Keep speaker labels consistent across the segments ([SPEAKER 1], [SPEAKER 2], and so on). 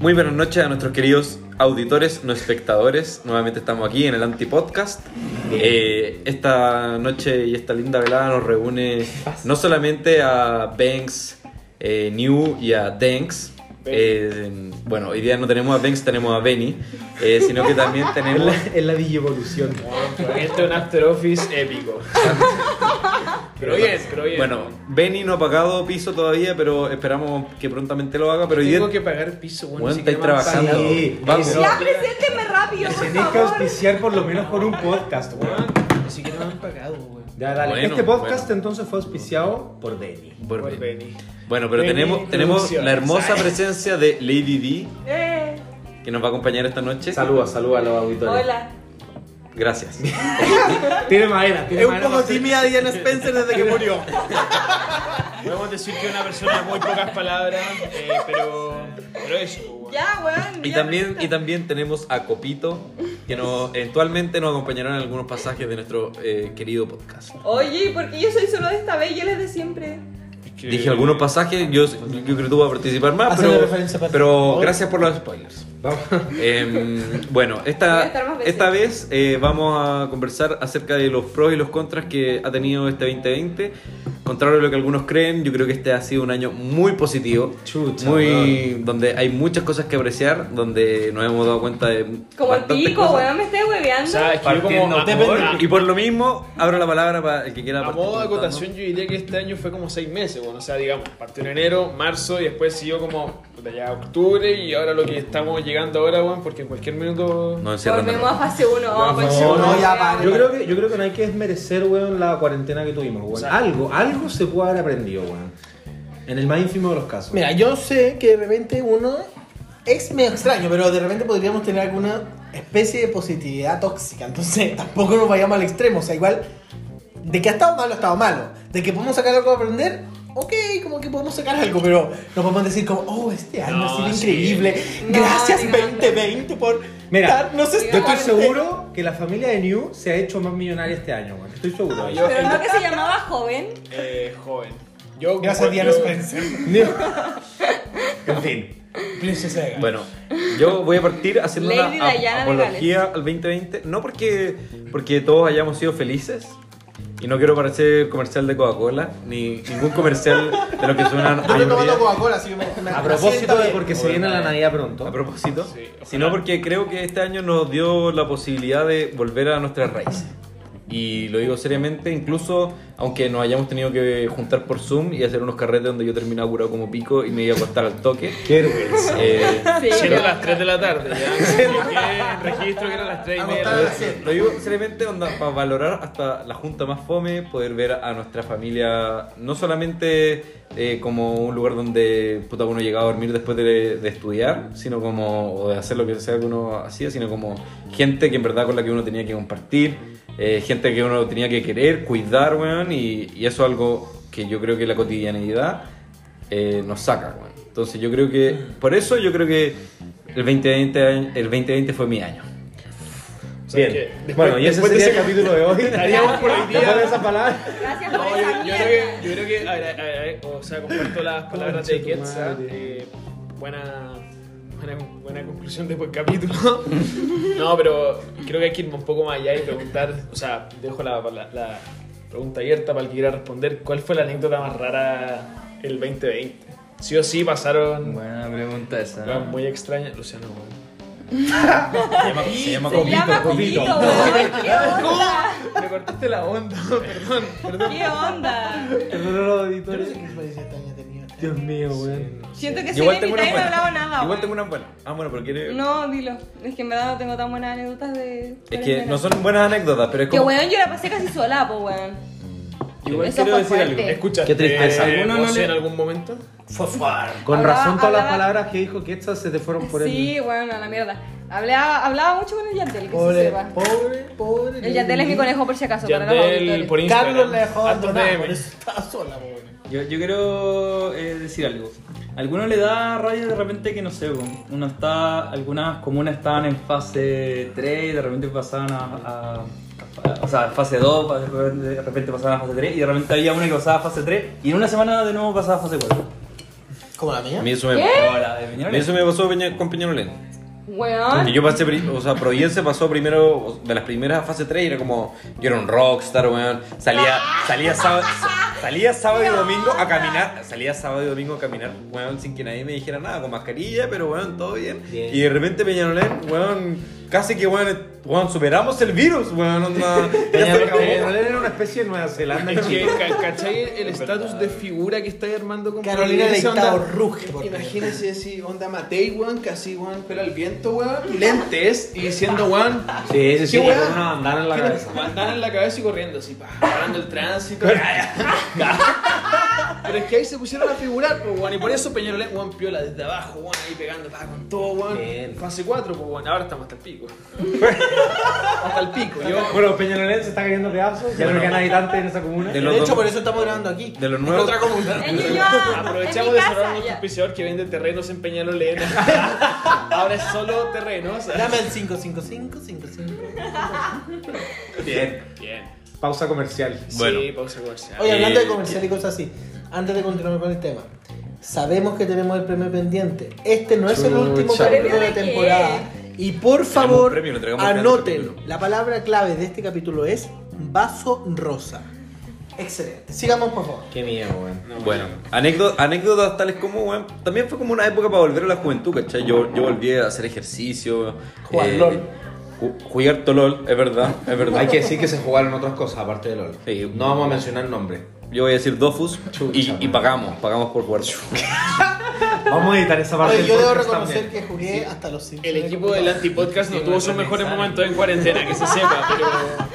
[SPEAKER 1] Muy buenas noches a nuestros queridos auditores, no espectadores. Nuevamente estamos aquí en el Antipodcast. Eh, esta noche y esta linda velada nos reúne no solamente a Banks, eh, New y a Denks. Eh, bueno, hoy día no tenemos a Banks, tenemos a Benny, eh, sino que también
[SPEAKER 2] Es
[SPEAKER 1] tenemos
[SPEAKER 2] la, es la digievolución.
[SPEAKER 3] Este es un After Office épico. pero bien, pero bien.
[SPEAKER 1] Bueno, Benny no ha pagado piso todavía, pero esperamos que prontamente lo haga. Pero hoy
[SPEAKER 3] tengo
[SPEAKER 1] día
[SPEAKER 3] que pagar piso, bueno,
[SPEAKER 1] Bueno,
[SPEAKER 3] si
[SPEAKER 1] estáis
[SPEAKER 3] que me han
[SPEAKER 1] trabajando.
[SPEAKER 3] pagado.
[SPEAKER 2] Sí,
[SPEAKER 1] Vamos.
[SPEAKER 2] pero
[SPEAKER 4] Ya, presénteme rápido, por
[SPEAKER 2] Tenés que
[SPEAKER 4] favor.
[SPEAKER 2] auspiciar por lo menos por un podcast, weón.
[SPEAKER 3] Weón, Ni siquiera me han pagado, weón.
[SPEAKER 2] Ya, dale.
[SPEAKER 1] Bueno,
[SPEAKER 2] este podcast
[SPEAKER 1] bueno.
[SPEAKER 2] entonces fue auspiciado por Denny.
[SPEAKER 1] Por
[SPEAKER 3] Por
[SPEAKER 1] Benny.
[SPEAKER 3] Benny.
[SPEAKER 1] Bueno, pero
[SPEAKER 3] Benny
[SPEAKER 1] tenemos, tenemos
[SPEAKER 3] Producciones.
[SPEAKER 1] la hermosa presencia de Lady
[SPEAKER 4] Eh,
[SPEAKER 1] D, que nos va a acompañar esta noche.
[SPEAKER 5] Saluda, saluda a los auditores.
[SPEAKER 4] hola.
[SPEAKER 1] Gracias.
[SPEAKER 2] Tiene madera, tiene madera.
[SPEAKER 5] tímida Diana Spencer desde que murió.
[SPEAKER 3] Podemos decir que es una persona de muy pocas palabras, eh, pero, pero eso, weón.
[SPEAKER 4] Ya, weón.
[SPEAKER 1] Y
[SPEAKER 4] ya,
[SPEAKER 1] también, y
[SPEAKER 4] presenta.
[SPEAKER 1] también tenemos a Copito, que nos, eventualmente nos acompañará en algunos pasajes de nuestro eh, querido podcast.
[SPEAKER 4] Oye, porque yo soy solo de esta vez y él es de siempre.
[SPEAKER 3] Que- Ah,
[SPEAKER 1] Dije algunos pasajes, yo, yo creo que tú vas a participar más,
[SPEAKER 2] Haciendo
[SPEAKER 1] pero,
[SPEAKER 2] referencia para-
[SPEAKER 1] pero gracias por los spoilers.
[SPEAKER 2] Vamos.
[SPEAKER 1] Em, bueno,
[SPEAKER 4] Voy a
[SPEAKER 1] esta,
[SPEAKER 4] estar más veces.
[SPEAKER 1] esta vez eh, vamos a conversar acerca de los pros y los contras que ha tenido este 2020. Contrario a lo que algunos creen, yo creo que este ha sido un año muy positivo,
[SPEAKER 2] Chucha,
[SPEAKER 1] muy donde hay muchas cosas que apreciar, donde nos hemos dado cuenta de
[SPEAKER 4] Como el
[SPEAKER 1] bastantes
[SPEAKER 4] pico,
[SPEAKER 1] cosas.
[SPEAKER 4] weón, me estoy
[SPEAKER 3] O
[SPEAKER 4] hueveando.
[SPEAKER 3] sea, es que yo como.
[SPEAKER 5] Partiendo,
[SPEAKER 3] a-
[SPEAKER 5] depende.
[SPEAKER 3] a-
[SPEAKER 1] Y por lo mismo, abro la palabra para el que quiera
[SPEAKER 3] A
[SPEAKER 1] partir
[SPEAKER 3] modo de
[SPEAKER 1] contando.
[SPEAKER 3] acotación, yo diría que este año fue como seis meses, bueno, o sea, digamos, partió en enero, marzo y después siguió como de allá a octubre y ahora lo que estamos llegando ahora, bueno, porque en cualquier minuto...
[SPEAKER 1] No, encierran de
[SPEAKER 4] Volvemos a fase 1.
[SPEAKER 2] No, no,
[SPEAKER 5] ya, vale.
[SPEAKER 2] Yo creo, que, yo creo que no hay que desmerecer, weón, la cuarentena que tuvimos, weón. Algo, algo se puede haber aprendido, weón. En el más ínfimo de los casos.
[SPEAKER 6] Mira, yo sé que de repente uno es medio extraño, pero de repente podríamos tener alguna especie de positividad tóxica. Entonces, tampoco nos vayamos al extremo. O sea, igual, de que ha estado malo, ha estado malo. De que podemos sacar algo a aprender, ok, como que podemos sacar algo, pero no podemos decir como, oh, este año
[SPEAKER 3] No,
[SPEAKER 6] ha
[SPEAKER 3] sí.
[SPEAKER 6] sido increíble.
[SPEAKER 4] No,
[SPEAKER 6] Gracias,
[SPEAKER 4] no, no.
[SPEAKER 6] 2020, por
[SPEAKER 2] Mira,
[SPEAKER 6] darnos
[SPEAKER 4] yo
[SPEAKER 2] Yo
[SPEAKER 6] este
[SPEAKER 2] estoy
[SPEAKER 6] arte".
[SPEAKER 2] seguro que la familia de New se ha hecho más millonaria este año, weón. Estoy seguro.
[SPEAKER 3] No,
[SPEAKER 2] de
[SPEAKER 3] yo-
[SPEAKER 2] eso.
[SPEAKER 4] Pero no que se llamaba joven.
[SPEAKER 3] Eh, joven. Yo,
[SPEAKER 6] Gracias, Diana
[SPEAKER 3] yo-
[SPEAKER 6] Spencer.
[SPEAKER 2] en fin.
[SPEAKER 6] Princesa de Gales.
[SPEAKER 1] Bueno, yo voy a partir haciendo
[SPEAKER 4] Lady
[SPEAKER 1] una ap-
[SPEAKER 4] Diana de
[SPEAKER 1] apología al 2020. No porque, porque todos hayamos sido felices. Y no quiero parecer comercial de Coca-Cola, ni ningún comercial de lo que suenan
[SPEAKER 6] Yo
[SPEAKER 1] hoy
[SPEAKER 6] estoy
[SPEAKER 1] en día.
[SPEAKER 6] tomando Coca-Cola, así que me, me-
[SPEAKER 2] A
[SPEAKER 6] me
[SPEAKER 2] propósito
[SPEAKER 6] sienta
[SPEAKER 2] de
[SPEAKER 6] bien.
[SPEAKER 2] porque se viene la Navidad pronto.
[SPEAKER 1] A propósito,
[SPEAKER 3] Sí, ojalá.
[SPEAKER 1] sino porque creo que este año nos dio la posibilidad de volver a nuestras raíces. Y lo digo seriamente, incluso aunque nos hayamos tenido que juntar por Zoom y hacer unos carretes donde yo terminaba curado como pico y me iba a acostar al toque.
[SPEAKER 2] Qué vergüenza.
[SPEAKER 1] Eh,
[SPEAKER 4] Sí.
[SPEAKER 3] Siendo las 3 de la tarde, ya. Dejé en registro que eran las 3 y media. de la
[SPEAKER 6] Anotar.
[SPEAKER 3] tarde.
[SPEAKER 1] Lo digo seriamente, onda, para valorar hasta la junta más fome, poder ver a nuestra familia, no solamente eh, como un lugar donde puta, uno llegaba a dormir después de, de estudiar, sino como, o de hacer lo que sea que uno hacía, sino como gente que en verdad con la que uno tenía que compartir, eh, gente que uno tenía que querer, cuidar, weón, y, y eso es algo que yo creo que la cotidianidad eh, nos saca, weón. Entonces yo creo que, por eso yo creo que el 2020, año- el 2020 fue mi año.
[SPEAKER 3] O sea,
[SPEAKER 2] Bien.
[SPEAKER 3] que después-
[SPEAKER 2] bueno, y ese
[SPEAKER 3] después de
[SPEAKER 2] sería el
[SPEAKER 3] ese-
[SPEAKER 2] capítulo de hoy.
[SPEAKER 3] Estaríamos por hoy día.
[SPEAKER 2] ¿Te pones esa palabra?
[SPEAKER 4] Gracias
[SPEAKER 3] No,
[SPEAKER 4] por
[SPEAKER 3] yo,
[SPEAKER 4] esa
[SPEAKER 3] yo creo
[SPEAKER 4] mierda.
[SPEAKER 3] que, yo creo que a ver, a ver, a ver, o sea, comparto las palabras de Ketsa. eh, buena, buena, buena conclusión de buen capítulo. No, pero creo que hay que ir un poco más allá y preguntar, o sea, dejo la, la- la pregunta abierta para el que quiera responder, ¿cuál fue la anécdota más rara el 2020? Sí o sí pasaron
[SPEAKER 5] Buena pregunta esa.
[SPEAKER 3] cosas muy extrañas, Luciano. weón.
[SPEAKER 1] Se llama
[SPEAKER 4] Se llama Copito, weón. ¿Qué onda?
[SPEAKER 3] Me cortaste la onda, perdón, perdón.
[SPEAKER 4] ¿Qué onda?
[SPEAKER 6] Yo no sé qué experiencia tan haya tenido.
[SPEAKER 2] Dios mío, weón.
[SPEAKER 4] Siento que soy de mitad y no he hablado nada.
[SPEAKER 1] Igual tengo
[SPEAKER 4] weón.
[SPEAKER 1] una buena. Ah, bueno, pero quiere.
[SPEAKER 4] No, dilo. Es que en verdad no tengo tan buenas anécdotas de.
[SPEAKER 1] es que no son buenas anécdotas, pero es
[SPEAKER 4] Que
[SPEAKER 1] como.
[SPEAKER 4] weón, yo la pasé casi sola, po, weón.
[SPEAKER 3] Igual
[SPEAKER 4] Eso
[SPEAKER 3] quiero
[SPEAKER 4] fue
[SPEAKER 3] decir algo.
[SPEAKER 4] fuerte.
[SPEAKER 3] ¿Escuchaste
[SPEAKER 1] Qué tristeza.
[SPEAKER 3] ¿Alguno
[SPEAKER 5] ¿Alguno no le-
[SPEAKER 3] en algún momento?
[SPEAKER 2] Con
[SPEAKER 4] Hablaba-
[SPEAKER 2] razón todas las
[SPEAKER 4] hablaba-
[SPEAKER 2] palabras que dijo que estas se te fueron por
[SPEAKER 4] Sí, bueno, a la mierda. Hablaba, hablaba mucho con el Yandel, que se
[SPEAKER 6] Pobre,
[SPEAKER 4] sepa.
[SPEAKER 6] pobre, pobre.
[SPEAKER 4] El Yandel es mi conejo por si acaso, para los
[SPEAKER 3] Yandel
[SPEAKER 4] auditores.
[SPEAKER 3] por Instagram.
[SPEAKER 6] Carlos la dejó
[SPEAKER 3] Hartos
[SPEAKER 6] abandonada,
[SPEAKER 3] DMs.
[SPEAKER 6] por eso estaba sola, pobre.
[SPEAKER 5] Yo, yo quiero eh, decir algo. Algunos le da rabia de repente que no sé, po, uno está, algunas comunas estaban en fase 3 y de repente pasaban a, a- o sea, fase 2, de repente- de repente pasaban a fase 3 y de repente había una que pasaba a fase 3 y en una semana de nuevo pasaba a fase 4.
[SPEAKER 6] ¿Como la
[SPEAKER 1] A
[SPEAKER 6] mía?
[SPEAKER 1] mí eso me,
[SPEAKER 4] ¿Qué?
[SPEAKER 5] No, la de
[SPEAKER 1] a
[SPEAKER 5] Peñarol.
[SPEAKER 1] mí eso me pasó Peña- con Peñalolén. Porque
[SPEAKER 4] Weón.
[SPEAKER 1] yo pasé, pri- o sea, Providencia pasó primero o- de las primeras fase 3 y era como, yo era un rockstar, weón. Salía, salía, sábado, salía sábado y domingo a caminar, salía sábado y domingo a caminar, weón, sin que nadie me dijera nada, con mascarilla, pero weón, todo bien.
[SPEAKER 2] Bien.
[SPEAKER 1] Y de repente Peñalolén, weón, casi que weón, weón, superamos el virus, weón, onda, ya se acabó.
[SPEAKER 2] Peñarolén era una especie de Nueva Zelanda en
[SPEAKER 3] Es que,
[SPEAKER 2] Chile.
[SPEAKER 3] ca- ¿cachai el estatus de figura que estáis armando con
[SPEAKER 6] Carolina
[SPEAKER 3] Providencia?
[SPEAKER 6] Leitao
[SPEAKER 3] Onda-
[SPEAKER 6] ruge por
[SPEAKER 3] Imagínense así, onda Matei, weón, casi, weón, pelo al viento, weón, lentes, y diciendo, weón,
[SPEAKER 2] Sí, sí, sí,
[SPEAKER 3] ¿Qué
[SPEAKER 2] con
[SPEAKER 3] weá?
[SPEAKER 2] una bandana en la cabeza.
[SPEAKER 3] Bandana en la cabeza y corriendo así, pa, parando el tránsito. Pero es que ahí se pusieron a figurar, pues, weón, y por eso Peñarolén, weón, piola desde abajo, weón, ahí pegando, pa, con todo, weón.
[SPEAKER 2] Bien.
[SPEAKER 3] Fase 4, pues, weón, ahora estamos hasta el pico. hasta el pico, yo.
[SPEAKER 2] Bueno, Peñalolén se está cayendo a pedazos. Ya no quedan habitantes en esa comuna.
[SPEAKER 1] De
[SPEAKER 6] De
[SPEAKER 1] los
[SPEAKER 6] hecho,
[SPEAKER 1] dos-
[SPEAKER 6] por eso estamos grabando aquí.
[SPEAKER 1] de los
[SPEAKER 6] En
[SPEAKER 1] nuevos-
[SPEAKER 6] otra comuna.
[SPEAKER 4] En Ñuñoa,
[SPEAKER 3] Aprovechamos
[SPEAKER 4] en mi
[SPEAKER 3] de
[SPEAKER 4] casa,
[SPEAKER 3] cerrar nuestro
[SPEAKER 4] ya.
[SPEAKER 3] auspiciador que vende terrenos en Peñarolén. ahora es solo terrenos.
[SPEAKER 6] Dame el 555, 55.
[SPEAKER 1] Bien.
[SPEAKER 3] Bien.
[SPEAKER 2] Pausa comercial.
[SPEAKER 1] Bueno.
[SPEAKER 3] Sí, pausa comercial.
[SPEAKER 6] Oye, hablando
[SPEAKER 1] Eh,
[SPEAKER 6] de comercial y cosas así, antes de continuar con el tema, sabemos que tenemos el premio pendiente. Este no es el último
[SPEAKER 1] Chucha.
[SPEAKER 6] capítulo de
[SPEAKER 4] ¿Premio de qué?
[SPEAKER 6] temporada. Y por favor,
[SPEAKER 1] premio, le entregamos el premio al
[SPEAKER 6] anoten.
[SPEAKER 1] capítulo.
[SPEAKER 6] La palabra clave de este capítulo es vaso rosa. Excelente. Sigamos, por favor.
[SPEAKER 2] Qué miedo, weón.
[SPEAKER 1] Bueno, anécdo- anécdotas tales como, weón, también fue como una época para volver a la juventud, ¿cachai? Yo, yo volví a hacer ejercicio. eh,
[SPEAKER 6] Jugar LOL.
[SPEAKER 1] ju- jugar tolol, es verdad, es verdad.
[SPEAKER 2] Hay que decir que se jugaron otras cosas aparte de LOL.
[SPEAKER 1] Sí.
[SPEAKER 2] No vamos a mencionar nombres.
[SPEAKER 1] Yo voy a decir Dofus
[SPEAKER 2] Chucha,
[SPEAKER 1] y, y
[SPEAKER 2] man.
[SPEAKER 1] pagamos, pagamos por jugar.
[SPEAKER 2] Vamos a editar esa parte.
[SPEAKER 6] Oye,
[SPEAKER 2] del
[SPEAKER 6] yo debo
[SPEAKER 2] podcast
[SPEAKER 6] reconocer
[SPEAKER 2] también.
[SPEAKER 6] que jugué hasta los 5.
[SPEAKER 3] El equipo del antipodcast no tuvo sus mejores momentos en cuarentena, que se sepa, pero,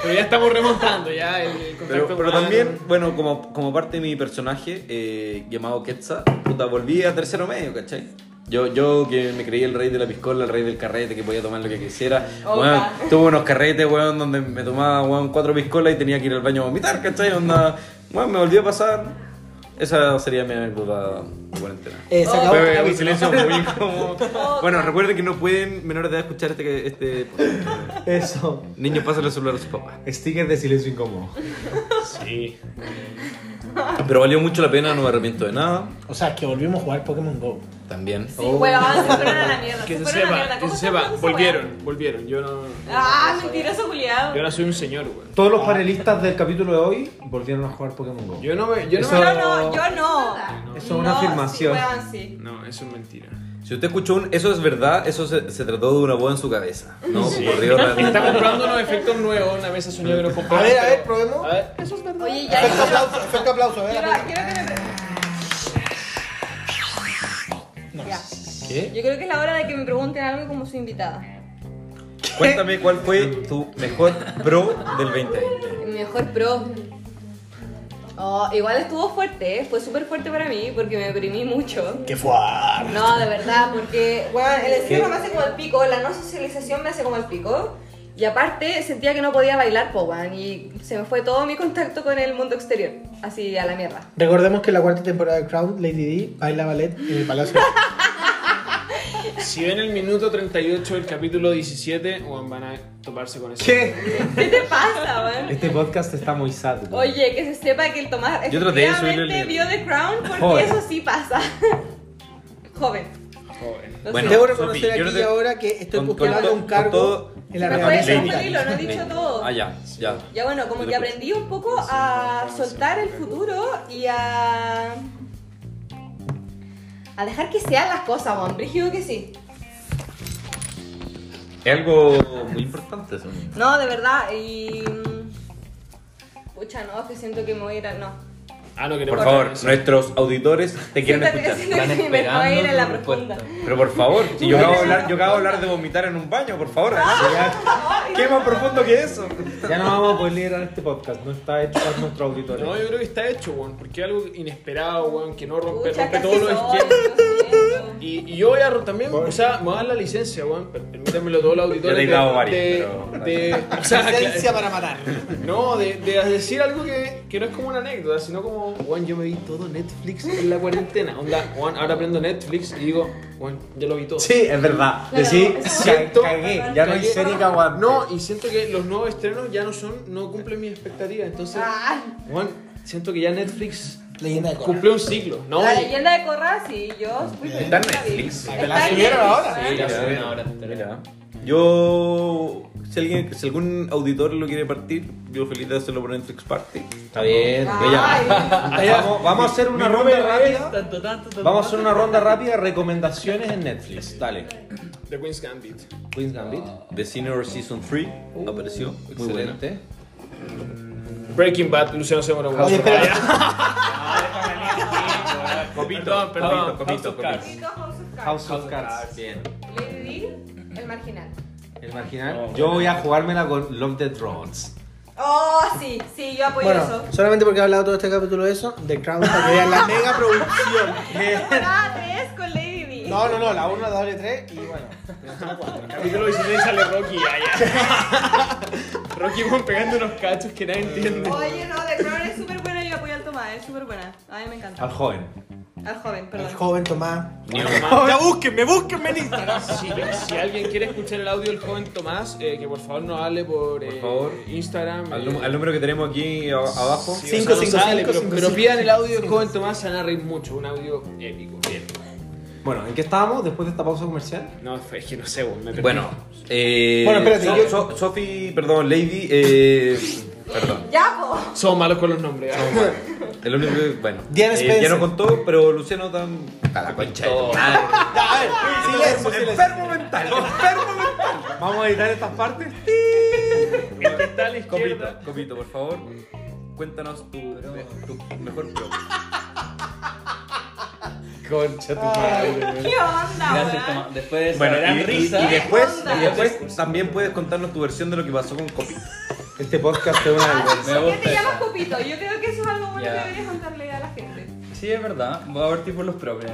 [SPEAKER 3] pero ya estamos remontando, ya el el contacto
[SPEAKER 1] Pero, pero
[SPEAKER 3] humano.
[SPEAKER 1] también, bueno, como, como parte de mi personaje eh, llamado Quetzal, puta, volví a tercero medio, ¿cachai? Yo, yo que me creí el rey de la piscola, el rey del carrete, que podía tomar lo que quisiera.
[SPEAKER 4] Opa.
[SPEAKER 1] Weón, tuve unos carretes, weón, donde me tomaba, weón, cuatro piscolas y tenía que ir al baño a vomitar, ¿cachai? Onda, weón, me volvió a pasar. Esa sería mi anécdota de cuarentena.
[SPEAKER 6] Eh, se
[SPEAKER 4] Oh.
[SPEAKER 6] acabó el
[SPEAKER 1] Fue un
[SPEAKER 6] capítulo.
[SPEAKER 1] silencio muy incómodo. Bueno, recuerden que no pueden menores de edad escuchar este... este...
[SPEAKER 2] Eso.
[SPEAKER 1] Niños, pásenle el celular a sus papás.
[SPEAKER 2] Stickers de silencio incómodo.
[SPEAKER 3] Sí.
[SPEAKER 1] Pero valió mucho la pena, no me arrepiento de nada.
[SPEAKER 6] O sea, que volvimos a jugar Pokémon Go.
[SPEAKER 1] También.
[SPEAKER 4] Sí, weón, se fueron a la mierda.
[SPEAKER 3] Que se
[SPEAKER 4] fueron a la mierda.
[SPEAKER 3] sepa, que
[SPEAKER 4] ¿Cómo
[SPEAKER 3] se
[SPEAKER 4] fue
[SPEAKER 3] sepa,
[SPEAKER 4] esa weá?
[SPEAKER 3] volvieron, volvieron. Yo no.
[SPEAKER 4] Ah, mentiroso culiado.
[SPEAKER 3] Yo ahora soy un señor, weón.
[SPEAKER 2] Todos los panelistas del capítulo de hoy volvieron a jugar Pokémon Go.
[SPEAKER 3] Yo no me. Yo no,
[SPEAKER 2] Eso-
[SPEAKER 4] Yo
[SPEAKER 3] me-
[SPEAKER 4] no, yo no.
[SPEAKER 2] Eso es una afirmación.
[SPEAKER 4] Sí, weón, sí.
[SPEAKER 3] no, eso es mentira.
[SPEAKER 1] Si usted escuchó un eso es verdad, eso se, se trató de una boda en su cabeza. No, por Dios,
[SPEAKER 3] Está
[SPEAKER 1] realmente.
[SPEAKER 3] comprando unos efectos nuevos en la mesa soñada que los
[SPEAKER 6] A
[SPEAKER 3] compramos.
[SPEAKER 6] ver, a ver,
[SPEAKER 3] pero-
[SPEAKER 6] probemos.
[SPEAKER 3] A ver, eso es verdad.
[SPEAKER 4] Oye, ya.
[SPEAKER 6] Efecto aplauso, efecto aplauso. A ver,
[SPEAKER 4] Quiero,
[SPEAKER 6] a ver.
[SPEAKER 4] quiero que me. Ya. Yo creo que es la hora de que me pregunten algo como su invitada.
[SPEAKER 1] Cuéntame cuál fue tu mejor pro del 2020.
[SPEAKER 4] Mi mejor pro. Oh, igual estuvo fuerte, ¿eh? fue súper fuerte para mí porque me deprimí mucho.
[SPEAKER 6] ¡Qué fuerte!
[SPEAKER 4] No, de verdad, porque bueno, el encierro me hace como el pico, la no socialización me hace como el pico. Y aparte sentía que no podía bailar Powan y se me fue todo mi contacto con el mundo exterior, así a la mierda.
[SPEAKER 6] Recordemos que en la cuarta temporada de Crown, Lady D baila ballet en el Palacio.
[SPEAKER 3] Si ven el minuto 38 del capítulo 17, weón, van a toparse con eso.
[SPEAKER 2] ¿Qué?
[SPEAKER 4] ¿Qué te pasa, weón?
[SPEAKER 2] Este podcast está muy sad. güey.
[SPEAKER 4] Oye, que se sepa que el Tomás
[SPEAKER 1] Yo traté de subirle el
[SPEAKER 4] efectivamente
[SPEAKER 1] nivel.
[SPEAKER 4] vio The Crown porque
[SPEAKER 2] Joven.
[SPEAKER 4] eso sí pasa. Joven.
[SPEAKER 3] Joven.
[SPEAKER 4] lo
[SPEAKER 1] Bueno,
[SPEAKER 4] siento.
[SPEAKER 6] Debo reconocer
[SPEAKER 1] Sofi, yo no
[SPEAKER 6] aquí
[SPEAKER 1] te-
[SPEAKER 6] ahora que estoy
[SPEAKER 1] con-
[SPEAKER 6] postulando
[SPEAKER 1] con-
[SPEAKER 6] un
[SPEAKER 1] con
[SPEAKER 6] Este cargo
[SPEAKER 1] todo-
[SPEAKER 6] en la
[SPEAKER 4] Me
[SPEAKER 6] Real
[SPEAKER 4] parece
[SPEAKER 1] Lady.
[SPEAKER 4] feliz, lo he dicho todo.
[SPEAKER 1] Ah, ya, ya.
[SPEAKER 4] Ya bueno, como que aprendí un poco a soltar el futuro y a. a dejar que sean las cosas, Juan. Brígido que sí.
[SPEAKER 1] Es algo muy importante eso.
[SPEAKER 4] No, de verdad, y. mm, Pucha, no, es que siento que me voy a ir a. No.
[SPEAKER 3] Ah, no
[SPEAKER 1] Por
[SPEAKER 3] queremos
[SPEAKER 1] favor,
[SPEAKER 3] hablar de eso.
[SPEAKER 1] nuestros auditores te quieren
[SPEAKER 4] Siento que,
[SPEAKER 1] escuchar.
[SPEAKER 4] siento que me voy a ir a la profunda.
[SPEAKER 1] Pero por favor, si yo acabo de hablar, yo acabo de hablar de vomitar en un baño, por favor.
[SPEAKER 4] Ah.
[SPEAKER 1] ¿Qué más profundo que eso?
[SPEAKER 2] Ya no vamos a poder liberar este podcast. No está hecho para nuestros auditores.
[SPEAKER 3] No, yo creo que está hecho, weón, porque es algo inesperado, weón, que no rompe,
[SPEAKER 4] Pucha,
[SPEAKER 3] rompe
[SPEAKER 4] casi
[SPEAKER 3] todos los
[SPEAKER 4] soy,
[SPEAKER 3] esquemas.
[SPEAKER 4] lo siento.
[SPEAKER 3] Y, y yo voy a ro- también, o sea, me voy a dar la licencia, weón, per- permítanmelo todos los auditores.
[SPEAKER 1] Ya te he
[SPEAKER 3] de-
[SPEAKER 1] dado varias,
[SPEAKER 3] de,
[SPEAKER 1] pero-
[SPEAKER 3] de- o sea,
[SPEAKER 6] Licencia para matar.
[SPEAKER 3] No, de, de decir algo que, que no es como una anécdota, sino como, Juan, yo me vi todo Netflix en la cuarentena. Onda, Juan, ahora aprendo Netflix y digo, Juan, ya lo vi todo.
[SPEAKER 2] Sí, es verdad. Decí,
[SPEAKER 4] Claro.
[SPEAKER 2] siento. Cagué. Ya no hay
[SPEAKER 3] Cagué.
[SPEAKER 2] serie que aguante.
[SPEAKER 3] No, y siento que los nuevos estrenos ya no son, no cumplen mis expectativas. Entonces,
[SPEAKER 4] Ah.
[SPEAKER 3] Juan, siento que ya Netflix
[SPEAKER 6] Leyenda de Korra.
[SPEAKER 3] Cumplió un ciclo, ¿no?
[SPEAKER 4] la
[SPEAKER 3] y-
[SPEAKER 4] leyenda de Corra, sí, yo fui
[SPEAKER 6] Está en
[SPEAKER 4] feliz, la vi.
[SPEAKER 1] Netflix.
[SPEAKER 4] Está
[SPEAKER 6] ¿Te la
[SPEAKER 4] en
[SPEAKER 6] subieron
[SPEAKER 4] Netflix,
[SPEAKER 6] ahora?
[SPEAKER 4] ¿eh?
[SPEAKER 3] Sí, la suben ahora.
[SPEAKER 1] Mira. Yo, si alguien, si algún auditor lo quiere partir, yo feliz de hacerlo por Netflix Party.
[SPEAKER 2] Está bien.
[SPEAKER 4] Ay,
[SPEAKER 2] Vamos, vamos a hacer una ronda rápida.
[SPEAKER 5] Tanto, tanto, tanto,
[SPEAKER 2] Vamos a hacer
[SPEAKER 5] tanto.
[SPEAKER 2] una ronda rápida de recomendaciones en Netflix. Dale.
[SPEAKER 3] The Queen's Gambit.
[SPEAKER 2] Queen's Gambit.
[SPEAKER 1] The Senior Season 3 apareció. Muy buena.
[SPEAKER 2] Excelente.
[SPEAKER 3] Breaking Bad, Luciano Seguro.
[SPEAKER 6] Oye, espera.
[SPEAKER 3] Perdón, perdón.
[SPEAKER 1] Copito, copito, copito.
[SPEAKER 4] Chico, House of Cards.
[SPEAKER 2] House of Cards. Bien.
[SPEAKER 4] Lady Di, el marginal.
[SPEAKER 2] El marginal. Yo voy a jugármela con Love the Thrones.
[SPEAKER 4] Oh, sí, sí, yo apoyo eso.
[SPEAKER 6] Bueno, solamente porque he hablado todo este capítulo de eso, The Crown para que vean la mega producción.
[SPEAKER 4] Temporada 3 con Lady Di.
[SPEAKER 6] No, no, no, la 1, la 2, la 3 y bueno. la 4.
[SPEAKER 3] Capítulo 16 sale Rocky allá. Rocky bueno, pegando unos cachos que nadie entiende.
[SPEAKER 4] Oye, no, The Crown es súper buena y yo apoyo al Tomás, es súper buena. A mí me
[SPEAKER 2] Al
[SPEAKER 4] encanta.
[SPEAKER 2] joven.
[SPEAKER 4] Al joven,
[SPEAKER 6] El
[SPEAKER 4] perdón.
[SPEAKER 6] joven Tomás.
[SPEAKER 3] Tomás.
[SPEAKER 6] Ya búsquenme, búsquenme en Instagram.
[SPEAKER 3] Si, si alguien quiere escuchar el audio del joven Tomás, eh, que por favor nos hable por, eh,
[SPEAKER 1] Por favor.
[SPEAKER 3] Instagram.
[SPEAKER 1] Al,
[SPEAKER 3] eh,
[SPEAKER 1] num- al número que tenemos aquí a- abajo.
[SPEAKER 3] sí,
[SPEAKER 6] Cinco,
[SPEAKER 3] o sea, no
[SPEAKER 6] cinco,
[SPEAKER 3] sale,
[SPEAKER 6] cinco,
[SPEAKER 3] pero,
[SPEAKER 6] cinco,
[SPEAKER 3] pero
[SPEAKER 6] cinco,
[SPEAKER 3] pidan el audio del
[SPEAKER 6] cinco,
[SPEAKER 3] joven Tomás, se van a reír mucho. Un audio épico. Bien.
[SPEAKER 2] Bueno, ¿en qué estábamos después de esta pausa comercial?
[SPEAKER 3] No, es que no sé, bueno, me perdí.
[SPEAKER 1] Bueno, eh,
[SPEAKER 6] Bueno, espérate,
[SPEAKER 1] So-
[SPEAKER 6] yo-
[SPEAKER 1] So- Sophie, perdón, Lady, eh, perdón.
[SPEAKER 4] Ya, po.
[SPEAKER 3] Somos malos con los nombres. ah.
[SPEAKER 1] El único que, bueno,
[SPEAKER 6] Diana
[SPEAKER 1] eh,
[SPEAKER 6] Spencer.
[SPEAKER 1] ya no contó, pero Luciano tan a la concha. de tu madre.
[SPEAKER 6] Ya, a ver, silencio, silencio.
[SPEAKER 1] mental, enfermo mental.
[SPEAKER 2] Vamos a editar estas partes.
[SPEAKER 3] El que está a la izquierda.
[SPEAKER 1] Copito, Copito, por favor, cuéntanos tu, tu mejor pro.
[SPEAKER 3] Concha tu
[SPEAKER 4] ¿Qué onda,
[SPEAKER 6] Ah,
[SPEAKER 5] Gracias,
[SPEAKER 4] weón?
[SPEAKER 5] Tomás. Después de esa
[SPEAKER 1] Bueno,
[SPEAKER 5] gran
[SPEAKER 1] y, y-
[SPEAKER 5] risa.
[SPEAKER 1] y después,
[SPEAKER 4] onda?
[SPEAKER 1] y después también puedes contarnos tu versión de lo que pasó con Copito.
[SPEAKER 2] Este podcast es una
[SPEAKER 4] Ah,
[SPEAKER 2] vergüenza.
[SPEAKER 5] Me
[SPEAKER 4] ¿Por qué
[SPEAKER 5] gusta
[SPEAKER 4] te llamas
[SPEAKER 5] esa.
[SPEAKER 4] Copito? Yo creo que eso es algo bueno
[SPEAKER 5] Ya.
[SPEAKER 4] que deberías contarle a la gente.
[SPEAKER 5] Sí, es verdad. Voy a partir por los propios.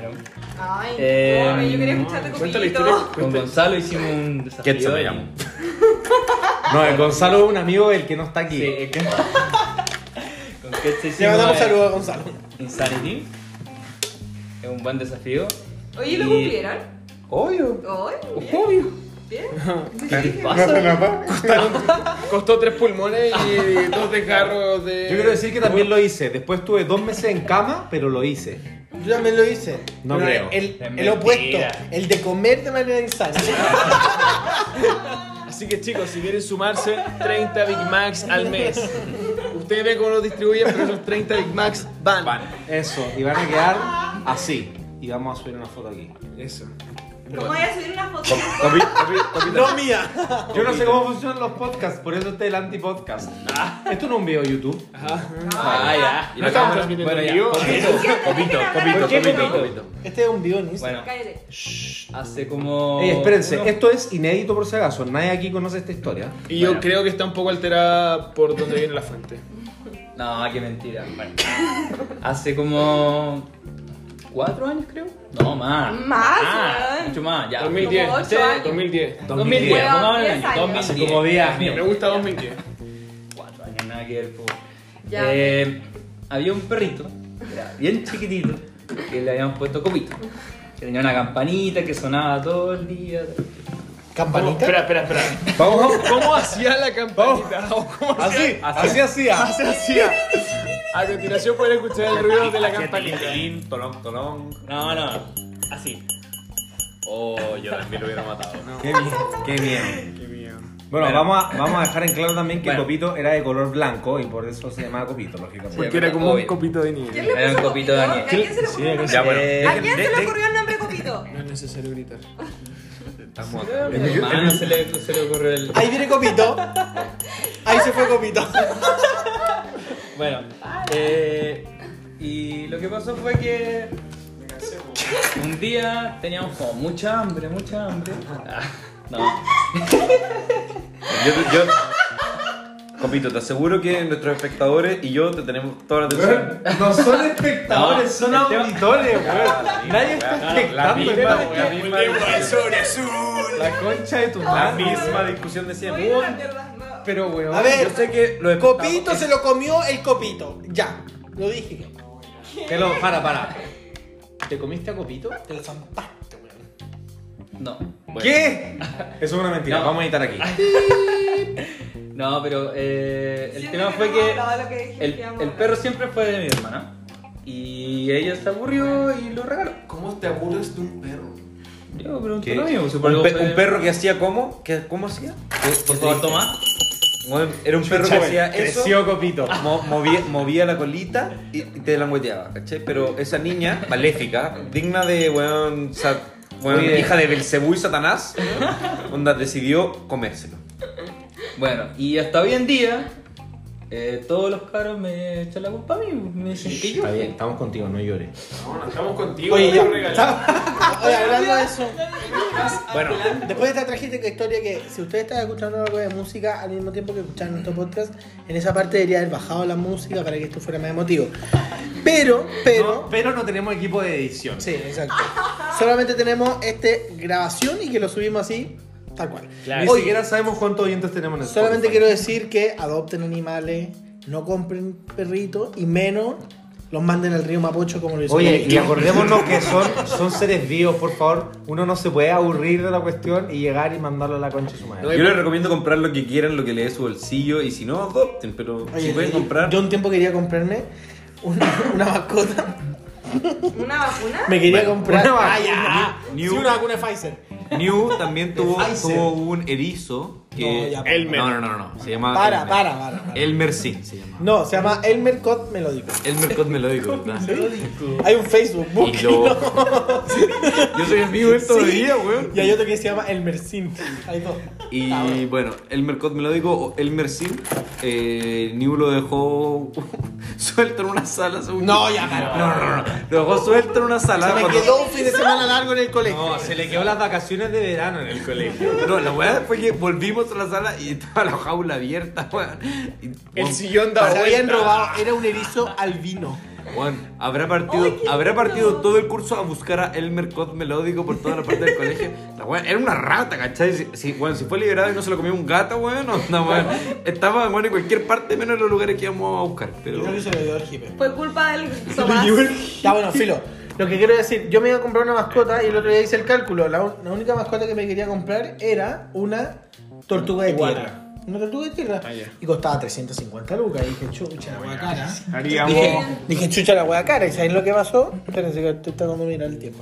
[SPEAKER 4] Ay,
[SPEAKER 5] Eh,
[SPEAKER 4] no, yo quería
[SPEAKER 5] no,
[SPEAKER 4] escucharte
[SPEAKER 3] cuéntale la historia.
[SPEAKER 4] Copito.
[SPEAKER 5] Con Gonzalo hicimos un desafío.
[SPEAKER 1] Quetzal me
[SPEAKER 5] y-
[SPEAKER 1] llamo.
[SPEAKER 2] No, el Gonzalo es un amigo del que no está aquí.
[SPEAKER 5] Sí, es que- Con Quetzal hicimos.
[SPEAKER 6] Le mandamos
[SPEAKER 5] eh,
[SPEAKER 6] saludos a Gonzalo.
[SPEAKER 5] Insanity. Es un buen desafío.
[SPEAKER 4] Oye, ¿lo
[SPEAKER 5] Y-
[SPEAKER 4] cumplieron?
[SPEAKER 2] Obvio.
[SPEAKER 4] Oye,
[SPEAKER 2] Obvio.
[SPEAKER 4] bien.
[SPEAKER 3] Costó tres pulmones y dos de carro de.
[SPEAKER 2] Yo quiero decir que también lo hice. Después tuve dos meses en cama, pero lo hice.
[SPEAKER 6] Yo también lo hice.
[SPEAKER 2] No
[SPEAKER 6] Pero
[SPEAKER 2] creo.
[SPEAKER 6] El, el
[SPEAKER 5] mentira.
[SPEAKER 6] opuesto, el de comer de manera insana.
[SPEAKER 3] Así que chicos, si quieren sumarse, 30 Big Macs al mes. Ustedes ven cómo los distribuyen, pero esos 30 Big Macs van.
[SPEAKER 2] Eso. Y van a quedar así. Y vamos a subir una foto aquí.
[SPEAKER 3] Eso.
[SPEAKER 4] ¿Cómo voy a subir una foto?
[SPEAKER 1] Copito, Copito, Copito.
[SPEAKER 6] No mía.
[SPEAKER 2] Yo no sé cómo funcionan los podcasts, por eso este es el anti-podcast. Esto no es un video de YouTube.
[SPEAKER 5] Ah, ya.
[SPEAKER 1] Y
[SPEAKER 3] No
[SPEAKER 1] la
[SPEAKER 3] estamos
[SPEAKER 1] cámara.
[SPEAKER 3] transmitiendo
[SPEAKER 5] Bueno,
[SPEAKER 3] en
[SPEAKER 5] ya.
[SPEAKER 3] vivo.
[SPEAKER 1] Copito, Copito, Copito, Copito.
[SPEAKER 6] Este es un video en Instagram.
[SPEAKER 5] Bueno,
[SPEAKER 4] Cállate.
[SPEAKER 5] hace como.
[SPEAKER 2] Ey, espérense,
[SPEAKER 5] unos-
[SPEAKER 2] esto es inédito por si acaso. Nadie aquí conoce esta historia.
[SPEAKER 3] Y yo
[SPEAKER 5] Bueno.
[SPEAKER 3] creo que está un poco alterada por donde viene la fuente.
[SPEAKER 5] No, qué mentira. Bueno. Hace como. ¿Cuatro años creo? No, más.
[SPEAKER 4] Más,
[SPEAKER 5] Ah,
[SPEAKER 4] weón.
[SPEAKER 5] Mucho más, ya.
[SPEAKER 3] 2010.
[SPEAKER 4] Como ocho
[SPEAKER 5] Sí,
[SPEAKER 4] años.
[SPEAKER 3] 2010.
[SPEAKER 5] 2010,
[SPEAKER 4] Weón,
[SPEAKER 5] vamos a ver el
[SPEAKER 4] diez
[SPEAKER 5] año,
[SPEAKER 4] años.
[SPEAKER 5] 2010.
[SPEAKER 2] Como diez,
[SPEAKER 5] Dios
[SPEAKER 3] Me
[SPEAKER 5] mío.
[SPEAKER 3] gusta 2010.
[SPEAKER 5] Cuatro años, nada que ver, po.
[SPEAKER 4] Ya.
[SPEAKER 5] Eh, había un perrito, que era bien chiquitito, que le habíamos puesto copito. Que tenía una campanita que sonaba todo el día.
[SPEAKER 3] Vamos,
[SPEAKER 6] Campanita.
[SPEAKER 3] espera, espera, espera.
[SPEAKER 2] Vamos.
[SPEAKER 3] ¿Cómo hacía la campanita? ¿Cómo
[SPEAKER 2] Así, así hacía.
[SPEAKER 3] se hacía? A continuación pueden escuchar el
[SPEAKER 5] Ah,
[SPEAKER 3] ruido de la campanita.
[SPEAKER 1] Tilín, tolón, tolón.
[SPEAKER 5] No, no, así.
[SPEAKER 1] Oh, yo también lo hubiera matado.
[SPEAKER 2] Qué miedo. Qué miedo.
[SPEAKER 3] Qué miedo.
[SPEAKER 2] Bueno,
[SPEAKER 5] Bueno.
[SPEAKER 2] Vamos, a, vamos a dejar en claro también que
[SPEAKER 5] Bueno.
[SPEAKER 2] Copito era de color blanco y por eso se llamaba Copito, lógicamente.
[SPEAKER 3] Porque era como un
[SPEAKER 5] Obvio.
[SPEAKER 3] copito de
[SPEAKER 4] ¿Quién
[SPEAKER 3] nieve.
[SPEAKER 4] le
[SPEAKER 5] Era un
[SPEAKER 4] puso Copito?
[SPEAKER 5] copito de
[SPEAKER 4] ¿A
[SPEAKER 5] Daniel.
[SPEAKER 4] quién se le ocurrió el nombre?
[SPEAKER 1] Ya, bueno.
[SPEAKER 4] ¿A quién se le ocurrió el nombre Copito?
[SPEAKER 3] No es necesario gritar.
[SPEAKER 1] Estamos acá.
[SPEAKER 5] Hermano, se le, se le ocurrió el.
[SPEAKER 6] Ahí viene Copito. Ahí se fue Copito.
[SPEAKER 5] Bueno, eh, y lo que pasó fue que un día teníamos como mucha hambre, mucha hambre. Ah, No,
[SPEAKER 1] Yo, yo- Copito, te aseguro que nuestros espectadores y yo te tenemos toda la atención.
[SPEAKER 2] No son espectadores,
[SPEAKER 5] No,
[SPEAKER 2] son
[SPEAKER 5] el tema-
[SPEAKER 2] auditores, weón. Nadie está
[SPEAKER 1] La
[SPEAKER 2] espectando.
[SPEAKER 1] misma,
[SPEAKER 2] hermano.
[SPEAKER 1] weón.
[SPEAKER 2] La concha de tu
[SPEAKER 1] La
[SPEAKER 2] madre.
[SPEAKER 1] misma discusión de siempre.
[SPEAKER 4] Oye, no, la mierda, no.
[SPEAKER 2] Pero, weón.
[SPEAKER 6] A ver,
[SPEAKER 1] Yo sé que los
[SPEAKER 6] Copito
[SPEAKER 1] espectadores-
[SPEAKER 6] se lo comió el Copito. Ya, lo dije.
[SPEAKER 2] Que lo, para, para. ¿Te comiste a Copito?
[SPEAKER 6] Te lo zampaste, weón.
[SPEAKER 5] no.
[SPEAKER 2] ¿Qué? Eso es una mentira.
[SPEAKER 5] No.
[SPEAKER 2] Vamos a editar aquí.
[SPEAKER 5] No, pero eh, el
[SPEAKER 4] Siento
[SPEAKER 5] tema
[SPEAKER 4] que
[SPEAKER 5] fue
[SPEAKER 4] no
[SPEAKER 5] que
[SPEAKER 4] hablaba lo que dije,
[SPEAKER 5] eh, el,
[SPEAKER 4] que amo.
[SPEAKER 5] el perro siempre fue de mi hermana. Y ella se aburrió y lo regaló.
[SPEAKER 7] ¿Cómo te aburres de un perro?
[SPEAKER 5] Yo pregunté
[SPEAKER 1] ¿Qué?
[SPEAKER 5] lo mismo.
[SPEAKER 1] ¿Un,
[SPEAKER 5] supongo
[SPEAKER 1] pe-
[SPEAKER 5] que-
[SPEAKER 1] un perro que este hacía cómo? ¿Qué, ¿Cómo hacía?
[SPEAKER 5] Por favor, toma.
[SPEAKER 1] Bueno, era un perro que hacía eso.
[SPEAKER 2] Creció Copito.
[SPEAKER 1] Mo- movía, movía la colita y, y te langueteaba, ¿cachai? Pero esa niña, maléfica, digna de, weón, sa- weón,
[SPEAKER 5] Oye.
[SPEAKER 1] hija de Belcebú y Satanás, onda, decidió comérselo.
[SPEAKER 5] Bueno, y hasta hoy en día, eh, todos los caros me echan la culpa a mí. Me dicen que yo.
[SPEAKER 2] Está bien, estamos contigo, no llores.
[SPEAKER 7] No, no estamos contigo.
[SPEAKER 6] Oye,
[SPEAKER 7] te
[SPEAKER 6] ya.
[SPEAKER 7] lo regalamos.
[SPEAKER 6] Oye, hablando de eso.
[SPEAKER 1] Bueno,
[SPEAKER 6] Después de esta trágica historia que si ustedes están escuchando algo de música al mismo tiempo que escuchan nuestro podcast, en esa parte debería haber bajado la música para que esto fuera más emotivo. Pero, pero,
[SPEAKER 2] pero no tenemos equipo de edición.
[SPEAKER 6] sí, exacto. Solamente tenemos este grabación y que lo subimos así, tal cual.
[SPEAKER 2] Ni
[SPEAKER 3] Claro.
[SPEAKER 2] siquiera sabemos cuántos oyentes tenemos en el
[SPEAKER 6] Solamente quiero decir que adopten animales, no compren perritos y menos los manden al río Mapocho como lo hizo.
[SPEAKER 2] Oye,
[SPEAKER 6] Luis.
[SPEAKER 2] y acordémonos que son, son seres vivos, por favor. Uno no se puede aburrir de la cuestión y llegar y mandarlo a la concha de su madre.
[SPEAKER 1] yo les recomiendo comprar lo que quieran, lo que le dé su bolsillo y si no, adopten, pero
[SPEAKER 6] Oye,
[SPEAKER 1] si pueden
[SPEAKER 6] y-
[SPEAKER 1] comprar...
[SPEAKER 6] Yo un tiempo quería comprarme una, una mascota.
[SPEAKER 4] ¿Una vacuna?
[SPEAKER 6] Me quería comprar.
[SPEAKER 2] una vacuna.
[SPEAKER 6] Ah, ya.
[SPEAKER 1] Ni-
[SPEAKER 6] Sí,
[SPEAKER 1] ni-
[SPEAKER 6] una vacuna de Pfizer.
[SPEAKER 1] New también tuvo,
[SPEAKER 6] Pfizer.
[SPEAKER 1] tuvo un erizo
[SPEAKER 6] No,
[SPEAKER 1] que...
[SPEAKER 6] ya,
[SPEAKER 3] Elmer.
[SPEAKER 1] no, no, no, no, se llama...
[SPEAKER 6] Para,
[SPEAKER 1] Elmer. Eh.
[SPEAKER 6] para, para. para.
[SPEAKER 1] Elmer sí, se llama.
[SPEAKER 6] No, se llama Elmer Cod Melódico.
[SPEAKER 1] Elmer Cod Melódico, ¿verdad?
[SPEAKER 6] Hay un Facebook,
[SPEAKER 1] Y
[SPEAKER 6] búsquenlo.
[SPEAKER 1] lo... Yo soy en vivo esto
[SPEAKER 6] Sí.
[SPEAKER 1] día, weón.
[SPEAKER 6] Y hay otro que se llama Elmer Sin. Hay dos.
[SPEAKER 1] Y
[SPEAKER 6] Ah, bueno.
[SPEAKER 1] bueno, Elmer Cod Melódico o Elmer Sim, eh, New lo dejó suelto en una sala. según
[SPEAKER 6] No,
[SPEAKER 1] yo.
[SPEAKER 6] ya, claro.
[SPEAKER 1] No, no, no, no. Lo dejó suelto en una sala.
[SPEAKER 6] Se me
[SPEAKER 1] cuando-
[SPEAKER 6] quedó un fin de semana largo en el colegio.
[SPEAKER 2] No, se le quedó las vacaciones de verano en el colegio.
[SPEAKER 1] No, la weá fue que volvimos a la sala y estaba la jaula abierta, weón. Y,
[SPEAKER 3] El
[SPEAKER 1] weón,
[SPEAKER 3] sillón da
[SPEAKER 6] Se habían
[SPEAKER 3] vuelta.
[SPEAKER 6] robado. Era un erizo albino.
[SPEAKER 1] weón, habrá partido,
[SPEAKER 4] Ay, qué
[SPEAKER 1] habrá partido
[SPEAKER 4] lindo.
[SPEAKER 1] todo el curso a buscar a Elmer Cod Melódico por toda la parte del colegio. La weá era una rata, ¿cachai? Si, si, weón, si fue liberado y no se lo comió un gato, weón, no, no, weón. Estaba, weón, en cualquier parte menos en los lugares que íbamos a buscar. Pero...
[SPEAKER 6] Yo creo que se lo dio el hiper.
[SPEAKER 4] Fue culpa del Tomás.
[SPEAKER 6] Ya bueno, filo. Lo que quiero decir, yo me iba a comprar una mascota y el otro día hice el cálculo. La, un- la única mascota que me quería comprar era una tortuga de
[SPEAKER 3] Iguana.
[SPEAKER 6] tierra. Una tortuga de tierra. Y costaba 350 lucas. Y dije, chucha, la hueá cara.
[SPEAKER 2] Haríamos.
[SPEAKER 6] Dije, dije, chucha, la hueá cara. ¿Y saben lo que pasó? Espérense que estoy tratando de mirar el tiempo.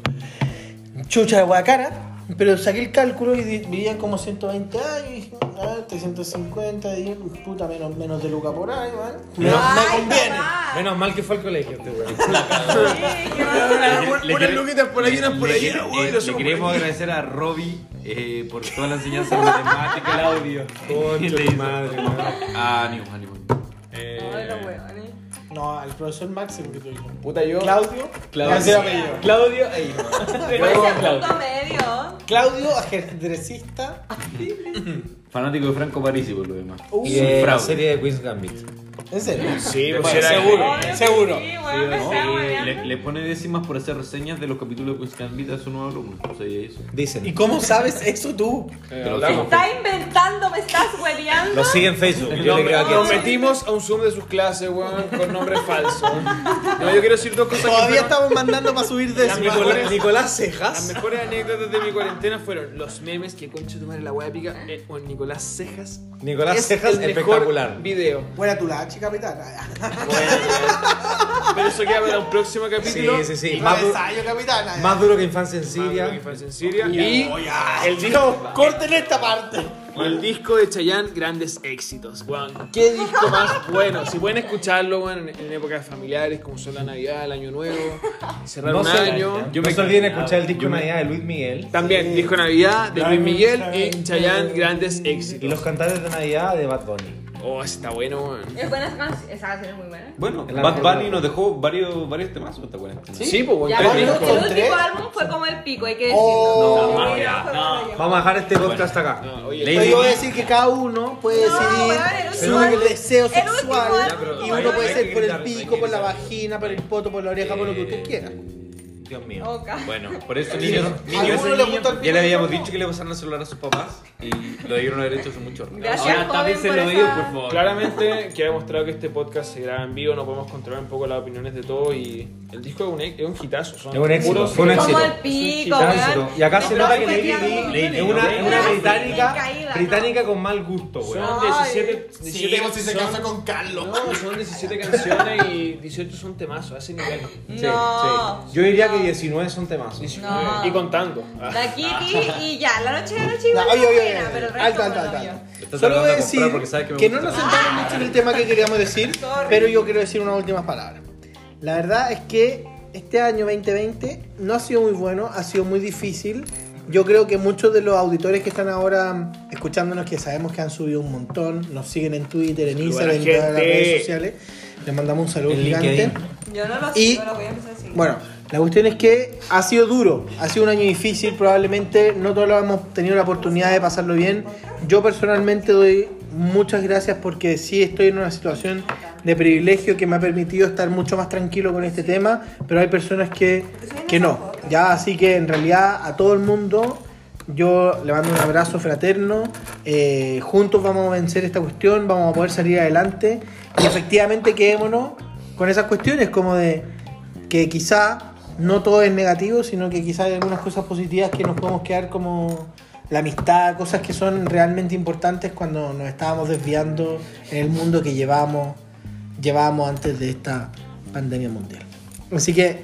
[SPEAKER 6] Chucha, la hueá cara. Pero saqué el cálculo y di- vivían como 120 años. Y dije, "Ah, a ver, 350. Y dije, puta, menos, menos de lucas por año. ¿eh? ¿vale? Me, me conviene.
[SPEAKER 2] Menos mal que fue al colegio este weón.
[SPEAKER 8] Ah,
[SPEAKER 1] Le quere- le- le quere- eh, le queremos agradecer a Robbie eh, por toda la enseñanza de matemática, el audio.
[SPEAKER 2] Concha tu madre, weón.
[SPEAKER 1] Ah, ni un- ni un-
[SPEAKER 3] Eh,
[SPEAKER 4] Ay, los huevones.
[SPEAKER 6] No, al profesor Máximo que tú dijiste.
[SPEAKER 5] Puta, yo.
[SPEAKER 6] Claudio.
[SPEAKER 5] Claudio.
[SPEAKER 6] Claudio.
[SPEAKER 5] Claudio. Ey,
[SPEAKER 4] Igual
[SPEAKER 5] Yo-
[SPEAKER 4] eh. ese punto medio.
[SPEAKER 6] Claudio, ajedrecista.
[SPEAKER 1] Fanático de Franco Parisi por lo demás.
[SPEAKER 6] Uh,
[SPEAKER 2] Y
[SPEAKER 5] Eh,
[SPEAKER 2] de la
[SPEAKER 1] Fraude.
[SPEAKER 2] serie de Queen's Gambit.
[SPEAKER 6] ¿En serio?
[SPEAKER 3] Sí,
[SPEAKER 1] Bueno,
[SPEAKER 3] pues era
[SPEAKER 6] seguro.
[SPEAKER 4] Obvio que
[SPEAKER 6] Seguro.
[SPEAKER 4] Sí, weón,
[SPEAKER 1] No,
[SPEAKER 4] me estaba
[SPEAKER 1] eh, le,
[SPEAKER 4] hueveando.
[SPEAKER 1] le pone décimas por hacer reseñas de los capítulos de
[SPEAKER 8] Pues
[SPEAKER 1] Queen's Gambit a su nuevo alumno. O sea, y eso.
[SPEAKER 6] ¿Y
[SPEAKER 2] Dicen.
[SPEAKER 6] cómo sabes eso tú?
[SPEAKER 1] Te lo
[SPEAKER 3] hablamos.
[SPEAKER 1] digo.
[SPEAKER 4] Está inventando, me estás hueveando.
[SPEAKER 2] Lo siguen en Facebook. Yo le creo a
[SPEAKER 3] Nos
[SPEAKER 2] Ketsu.
[SPEAKER 3] metimos a un Zoom de sus clases, weón, con nombre falso. No, yo quiero decir dos cosas que
[SPEAKER 6] Todavía
[SPEAKER 3] fueron-
[SPEAKER 6] estamos mandando para subir de
[SPEAKER 3] Las mejores-
[SPEAKER 6] Nicolás
[SPEAKER 3] Las
[SPEAKER 6] Cejas.
[SPEAKER 3] mejores anécdotas de mi cuarentena fueron los memes que concha tu madre la wea pica eh, con Nicolás Cejas.
[SPEAKER 2] Nicolás
[SPEAKER 3] Es
[SPEAKER 2] Cejas,
[SPEAKER 3] el mejor
[SPEAKER 2] espectacular.
[SPEAKER 3] video.
[SPEAKER 6] Buena tu lachi, capitana.
[SPEAKER 3] Pero eso queda para un próximo capítulo.
[SPEAKER 2] Sí, sí, sí. Más, du-
[SPEAKER 6] Travesaño, capitana.
[SPEAKER 2] más duro que infancia en
[SPEAKER 3] Más duro que
[SPEAKER 2] Siria.
[SPEAKER 3] Infancia en Siria. Y el disco,
[SPEAKER 6] No, corten esta parte.
[SPEAKER 3] el disco de Chayanne, grandes éxitos. Weón, qué disco más bueno. Si pueden escucharlo, weón, en, en épocas familiares, como son la Navidad, el Año Nuevo, cerrar
[SPEAKER 2] No
[SPEAKER 3] un
[SPEAKER 2] se,
[SPEAKER 3] año.
[SPEAKER 2] no se olviden escuchar el disco de Navidad de Luis Miguel.
[SPEAKER 3] También, disco Navidad de
[SPEAKER 6] Claro,
[SPEAKER 3] Luis Miguel
[SPEAKER 6] claro.
[SPEAKER 3] y Chayanne, grandes
[SPEAKER 2] Y los
[SPEAKER 3] éxitos.
[SPEAKER 2] cantares de Navidad de Bad Bunny.
[SPEAKER 3] Oh, ese está bueno, weón.
[SPEAKER 4] Es buena esa canción. Esa canción es muy buena.
[SPEAKER 1] Bueno,
[SPEAKER 2] El
[SPEAKER 1] Bad
[SPEAKER 2] ángel
[SPEAKER 1] Bunny
[SPEAKER 2] rojo.
[SPEAKER 1] nos dejó varios, varios temas esta cuarentena.
[SPEAKER 3] Sí, pues, weón.
[SPEAKER 4] Ya,
[SPEAKER 3] tres
[SPEAKER 6] vamos,
[SPEAKER 4] el
[SPEAKER 3] discos.
[SPEAKER 6] ¿con tres?
[SPEAKER 4] último álbum fue como el pico, hay que decirlo.
[SPEAKER 6] Oh,
[SPEAKER 4] Sí,
[SPEAKER 6] no,
[SPEAKER 4] fue
[SPEAKER 5] ya,
[SPEAKER 4] como
[SPEAKER 5] no.
[SPEAKER 4] lo llevó.
[SPEAKER 2] Vamos a dejar este podcast acá.
[SPEAKER 3] No, Ah, oye,
[SPEAKER 1] Lady
[SPEAKER 6] Pero yo voy a decir que cada uno puede
[SPEAKER 4] No,
[SPEAKER 6] decidir
[SPEAKER 4] weón, el
[SPEAKER 6] según
[SPEAKER 4] último
[SPEAKER 6] el
[SPEAKER 4] álbum-
[SPEAKER 6] deseo
[SPEAKER 4] el último
[SPEAKER 6] sexual.
[SPEAKER 4] álbum-
[SPEAKER 6] Y
[SPEAKER 4] Ya,
[SPEAKER 6] uno
[SPEAKER 4] pero
[SPEAKER 6] puede
[SPEAKER 4] hay
[SPEAKER 6] ser por el
[SPEAKER 2] gritar, hay
[SPEAKER 6] pico,
[SPEAKER 2] que
[SPEAKER 6] por la
[SPEAKER 2] gritar.
[SPEAKER 6] vagina, por el poto, por la oreja, por lo que usted quiera.
[SPEAKER 1] Eh,
[SPEAKER 2] Dios mío.
[SPEAKER 4] Oca.
[SPEAKER 8] Bueno, por eso niños,
[SPEAKER 6] ¿A
[SPEAKER 8] niños,
[SPEAKER 6] alguno le gusta el
[SPEAKER 8] ya le habíamos
[SPEAKER 6] pico?
[SPEAKER 8] dicho que le pasaron el celular a sus papás y lo dieron a derecho hace mucho.
[SPEAKER 4] Gracias,
[SPEAKER 1] Ahora
[SPEAKER 4] joven,
[SPEAKER 1] tápense
[SPEAKER 4] por
[SPEAKER 1] los
[SPEAKER 4] esa-
[SPEAKER 1] oídos, por favor.
[SPEAKER 3] Claramente queda demostrado que este podcast se graba en vivo, no podemos controlar un poco las opiniones de todos y el disco es un, e- es un hitazo. son
[SPEAKER 2] Es un éxito,
[SPEAKER 3] puros-
[SPEAKER 8] fue un éxito.
[SPEAKER 4] Como al pico,
[SPEAKER 2] Tan
[SPEAKER 4] weón.
[SPEAKER 2] solo. Y acá se nota que Lady
[SPEAKER 4] Pero
[SPEAKER 2] Di
[SPEAKER 4] fue
[SPEAKER 2] es una,
[SPEAKER 8] Lady
[SPEAKER 2] es una
[SPEAKER 4] Di.
[SPEAKER 2] británica,
[SPEAKER 4] Bien caída, ¿no?
[SPEAKER 2] británica con mal gusto, weón.
[SPEAKER 3] Son
[SPEAKER 4] Ay.
[SPEAKER 3] 17,
[SPEAKER 6] Sí,
[SPEAKER 3] 17
[SPEAKER 6] si se
[SPEAKER 3] son-
[SPEAKER 6] casa con Carlos.
[SPEAKER 3] No, son 17 canciones y 18 son temazos, a ese nivel.
[SPEAKER 4] No.
[SPEAKER 2] Yo diría que 19 son temazos.
[SPEAKER 3] 19
[SPEAKER 4] No.
[SPEAKER 3] Y contando. Ah.
[SPEAKER 4] La Kiki y ya, la noche de la noche igual
[SPEAKER 6] No,
[SPEAKER 4] es
[SPEAKER 6] oye, oye,
[SPEAKER 4] buena,
[SPEAKER 6] oye.
[SPEAKER 4] pero el
[SPEAKER 6] Alto,
[SPEAKER 4] resto
[SPEAKER 6] alto,
[SPEAKER 4] no,
[SPEAKER 6] alto,
[SPEAKER 4] amigo.
[SPEAKER 6] alto.
[SPEAKER 8] Está
[SPEAKER 6] Solo
[SPEAKER 8] tratando
[SPEAKER 6] voy a
[SPEAKER 8] de
[SPEAKER 6] decir
[SPEAKER 8] comprar porque sabe que me
[SPEAKER 6] que no
[SPEAKER 8] gusta.
[SPEAKER 6] nos centramos mucho en el tema que queríamos decir,
[SPEAKER 4] Sorry.
[SPEAKER 6] pero yo quiero decir unas últimas palabras. La verdad es que este año 2020 no ha sido muy bueno, ha sido muy difícil. Yo creo que muchos de los auditores que están ahora escuchándonos, que sabemos que han subido un montón, nos siguen en Twitter, en Instagram, en todas
[SPEAKER 3] gente.
[SPEAKER 6] las redes sociales, les mandamos un saludo
[SPEAKER 2] En
[SPEAKER 6] gigante.
[SPEAKER 2] LinkedIn.
[SPEAKER 4] Yo no lo
[SPEAKER 6] Y-
[SPEAKER 4] sigo, lo voy a empezar a seguir.
[SPEAKER 6] Bueno, la cuestión es que ha sido duro, ha sido un año difícil, probablemente no todos hemos tenido la oportunidad de pasarlo bien. Yo personalmente doy muchas gracias porque sí estoy en una situación de privilegio que me ha permitido estar mucho más tranquilo con este tema, pero hay personas que, que no. Ya, así que en realidad a todo el mundo yo le mando un abrazo fraterno, eh, juntos vamos a vencer esta cuestión, vamos a poder salir adelante y efectivamente quedémonos con esas cuestiones como de que quizá no todo es negativo, sino que quizá hay algunas cosas positivas que nos podemos quedar como la amistad, cosas que son realmente importantes cuando nos estábamos desviando en el mundo que llevamos, llevábamos antes de esta pandemia mundial. Así que,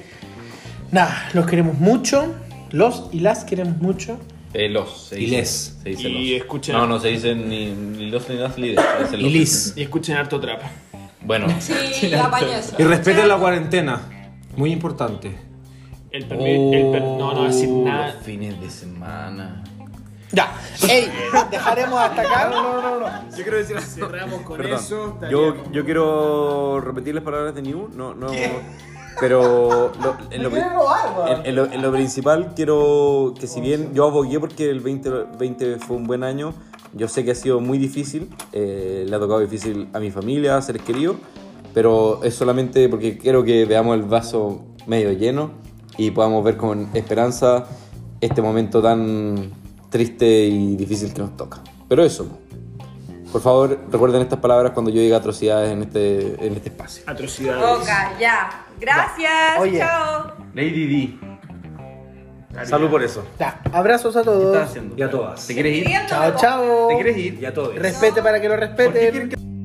[SPEAKER 6] nada, los queremos mucho, los y las queremos mucho.
[SPEAKER 8] Eh, los. se
[SPEAKER 2] Y
[SPEAKER 8] dice.
[SPEAKER 2] les.
[SPEAKER 8] Se dice
[SPEAKER 3] Y
[SPEAKER 8] los.
[SPEAKER 3] escuchen-
[SPEAKER 8] No, no se dicen ni, ni los ni las ni les. se dicen los.
[SPEAKER 3] Y escuchen harto trap.
[SPEAKER 8] Bueno.
[SPEAKER 4] Sí, apaño eso.
[SPEAKER 2] Y respeten la cuarentena. Muy importante.
[SPEAKER 3] El permi- el per- no, no, decir
[SPEAKER 8] Oh,
[SPEAKER 3] nada.
[SPEAKER 8] Los fines de semana.
[SPEAKER 6] Ya, ¡Ey! dejaremos hasta acá.
[SPEAKER 8] Yo quiero decir
[SPEAKER 3] Cerramos con eso.
[SPEAKER 8] Perdón. Yo, yo quiero repetir las palabras de New. No, no. Pero lo- en, lo, pri-
[SPEAKER 6] quieren robar, weón.
[SPEAKER 8] en- en lo- en lo principal quiero que si bien yo abogué porque el 2020 fue un buen año, yo sé que ha sido muy difícil, eh, le ha tocado difícil a mi familia, a seres queridos, pero es solamente porque quiero que veamos el vaso medio lleno y podamos ver con esperanza este momento tan triste y difícil que nos toca. Pero eso, por favor recuerden estas palabras cuando yo diga atrocidades en este, en este espacio.
[SPEAKER 3] Atrocidades.
[SPEAKER 4] Oca, ya. Gracias,
[SPEAKER 6] Oye.
[SPEAKER 4] chao.
[SPEAKER 1] Lady D.
[SPEAKER 2] Salud por eso.
[SPEAKER 6] Ya, abrazos a
[SPEAKER 1] ¿Qué estás
[SPEAKER 6] todos.
[SPEAKER 1] haciendo?
[SPEAKER 2] Y a todas.
[SPEAKER 1] ¿Te quieres ir?
[SPEAKER 4] Siguiéndome,
[SPEAKER 6] Chao,
[SPEAKER 4] po.
[SPEAKER 6] chao.
[SPEAKER 1] ¿Te quieres ir?
[SPEAKER 2] Y a todos.
[SPEAKER 6] Respete para que lo respeten.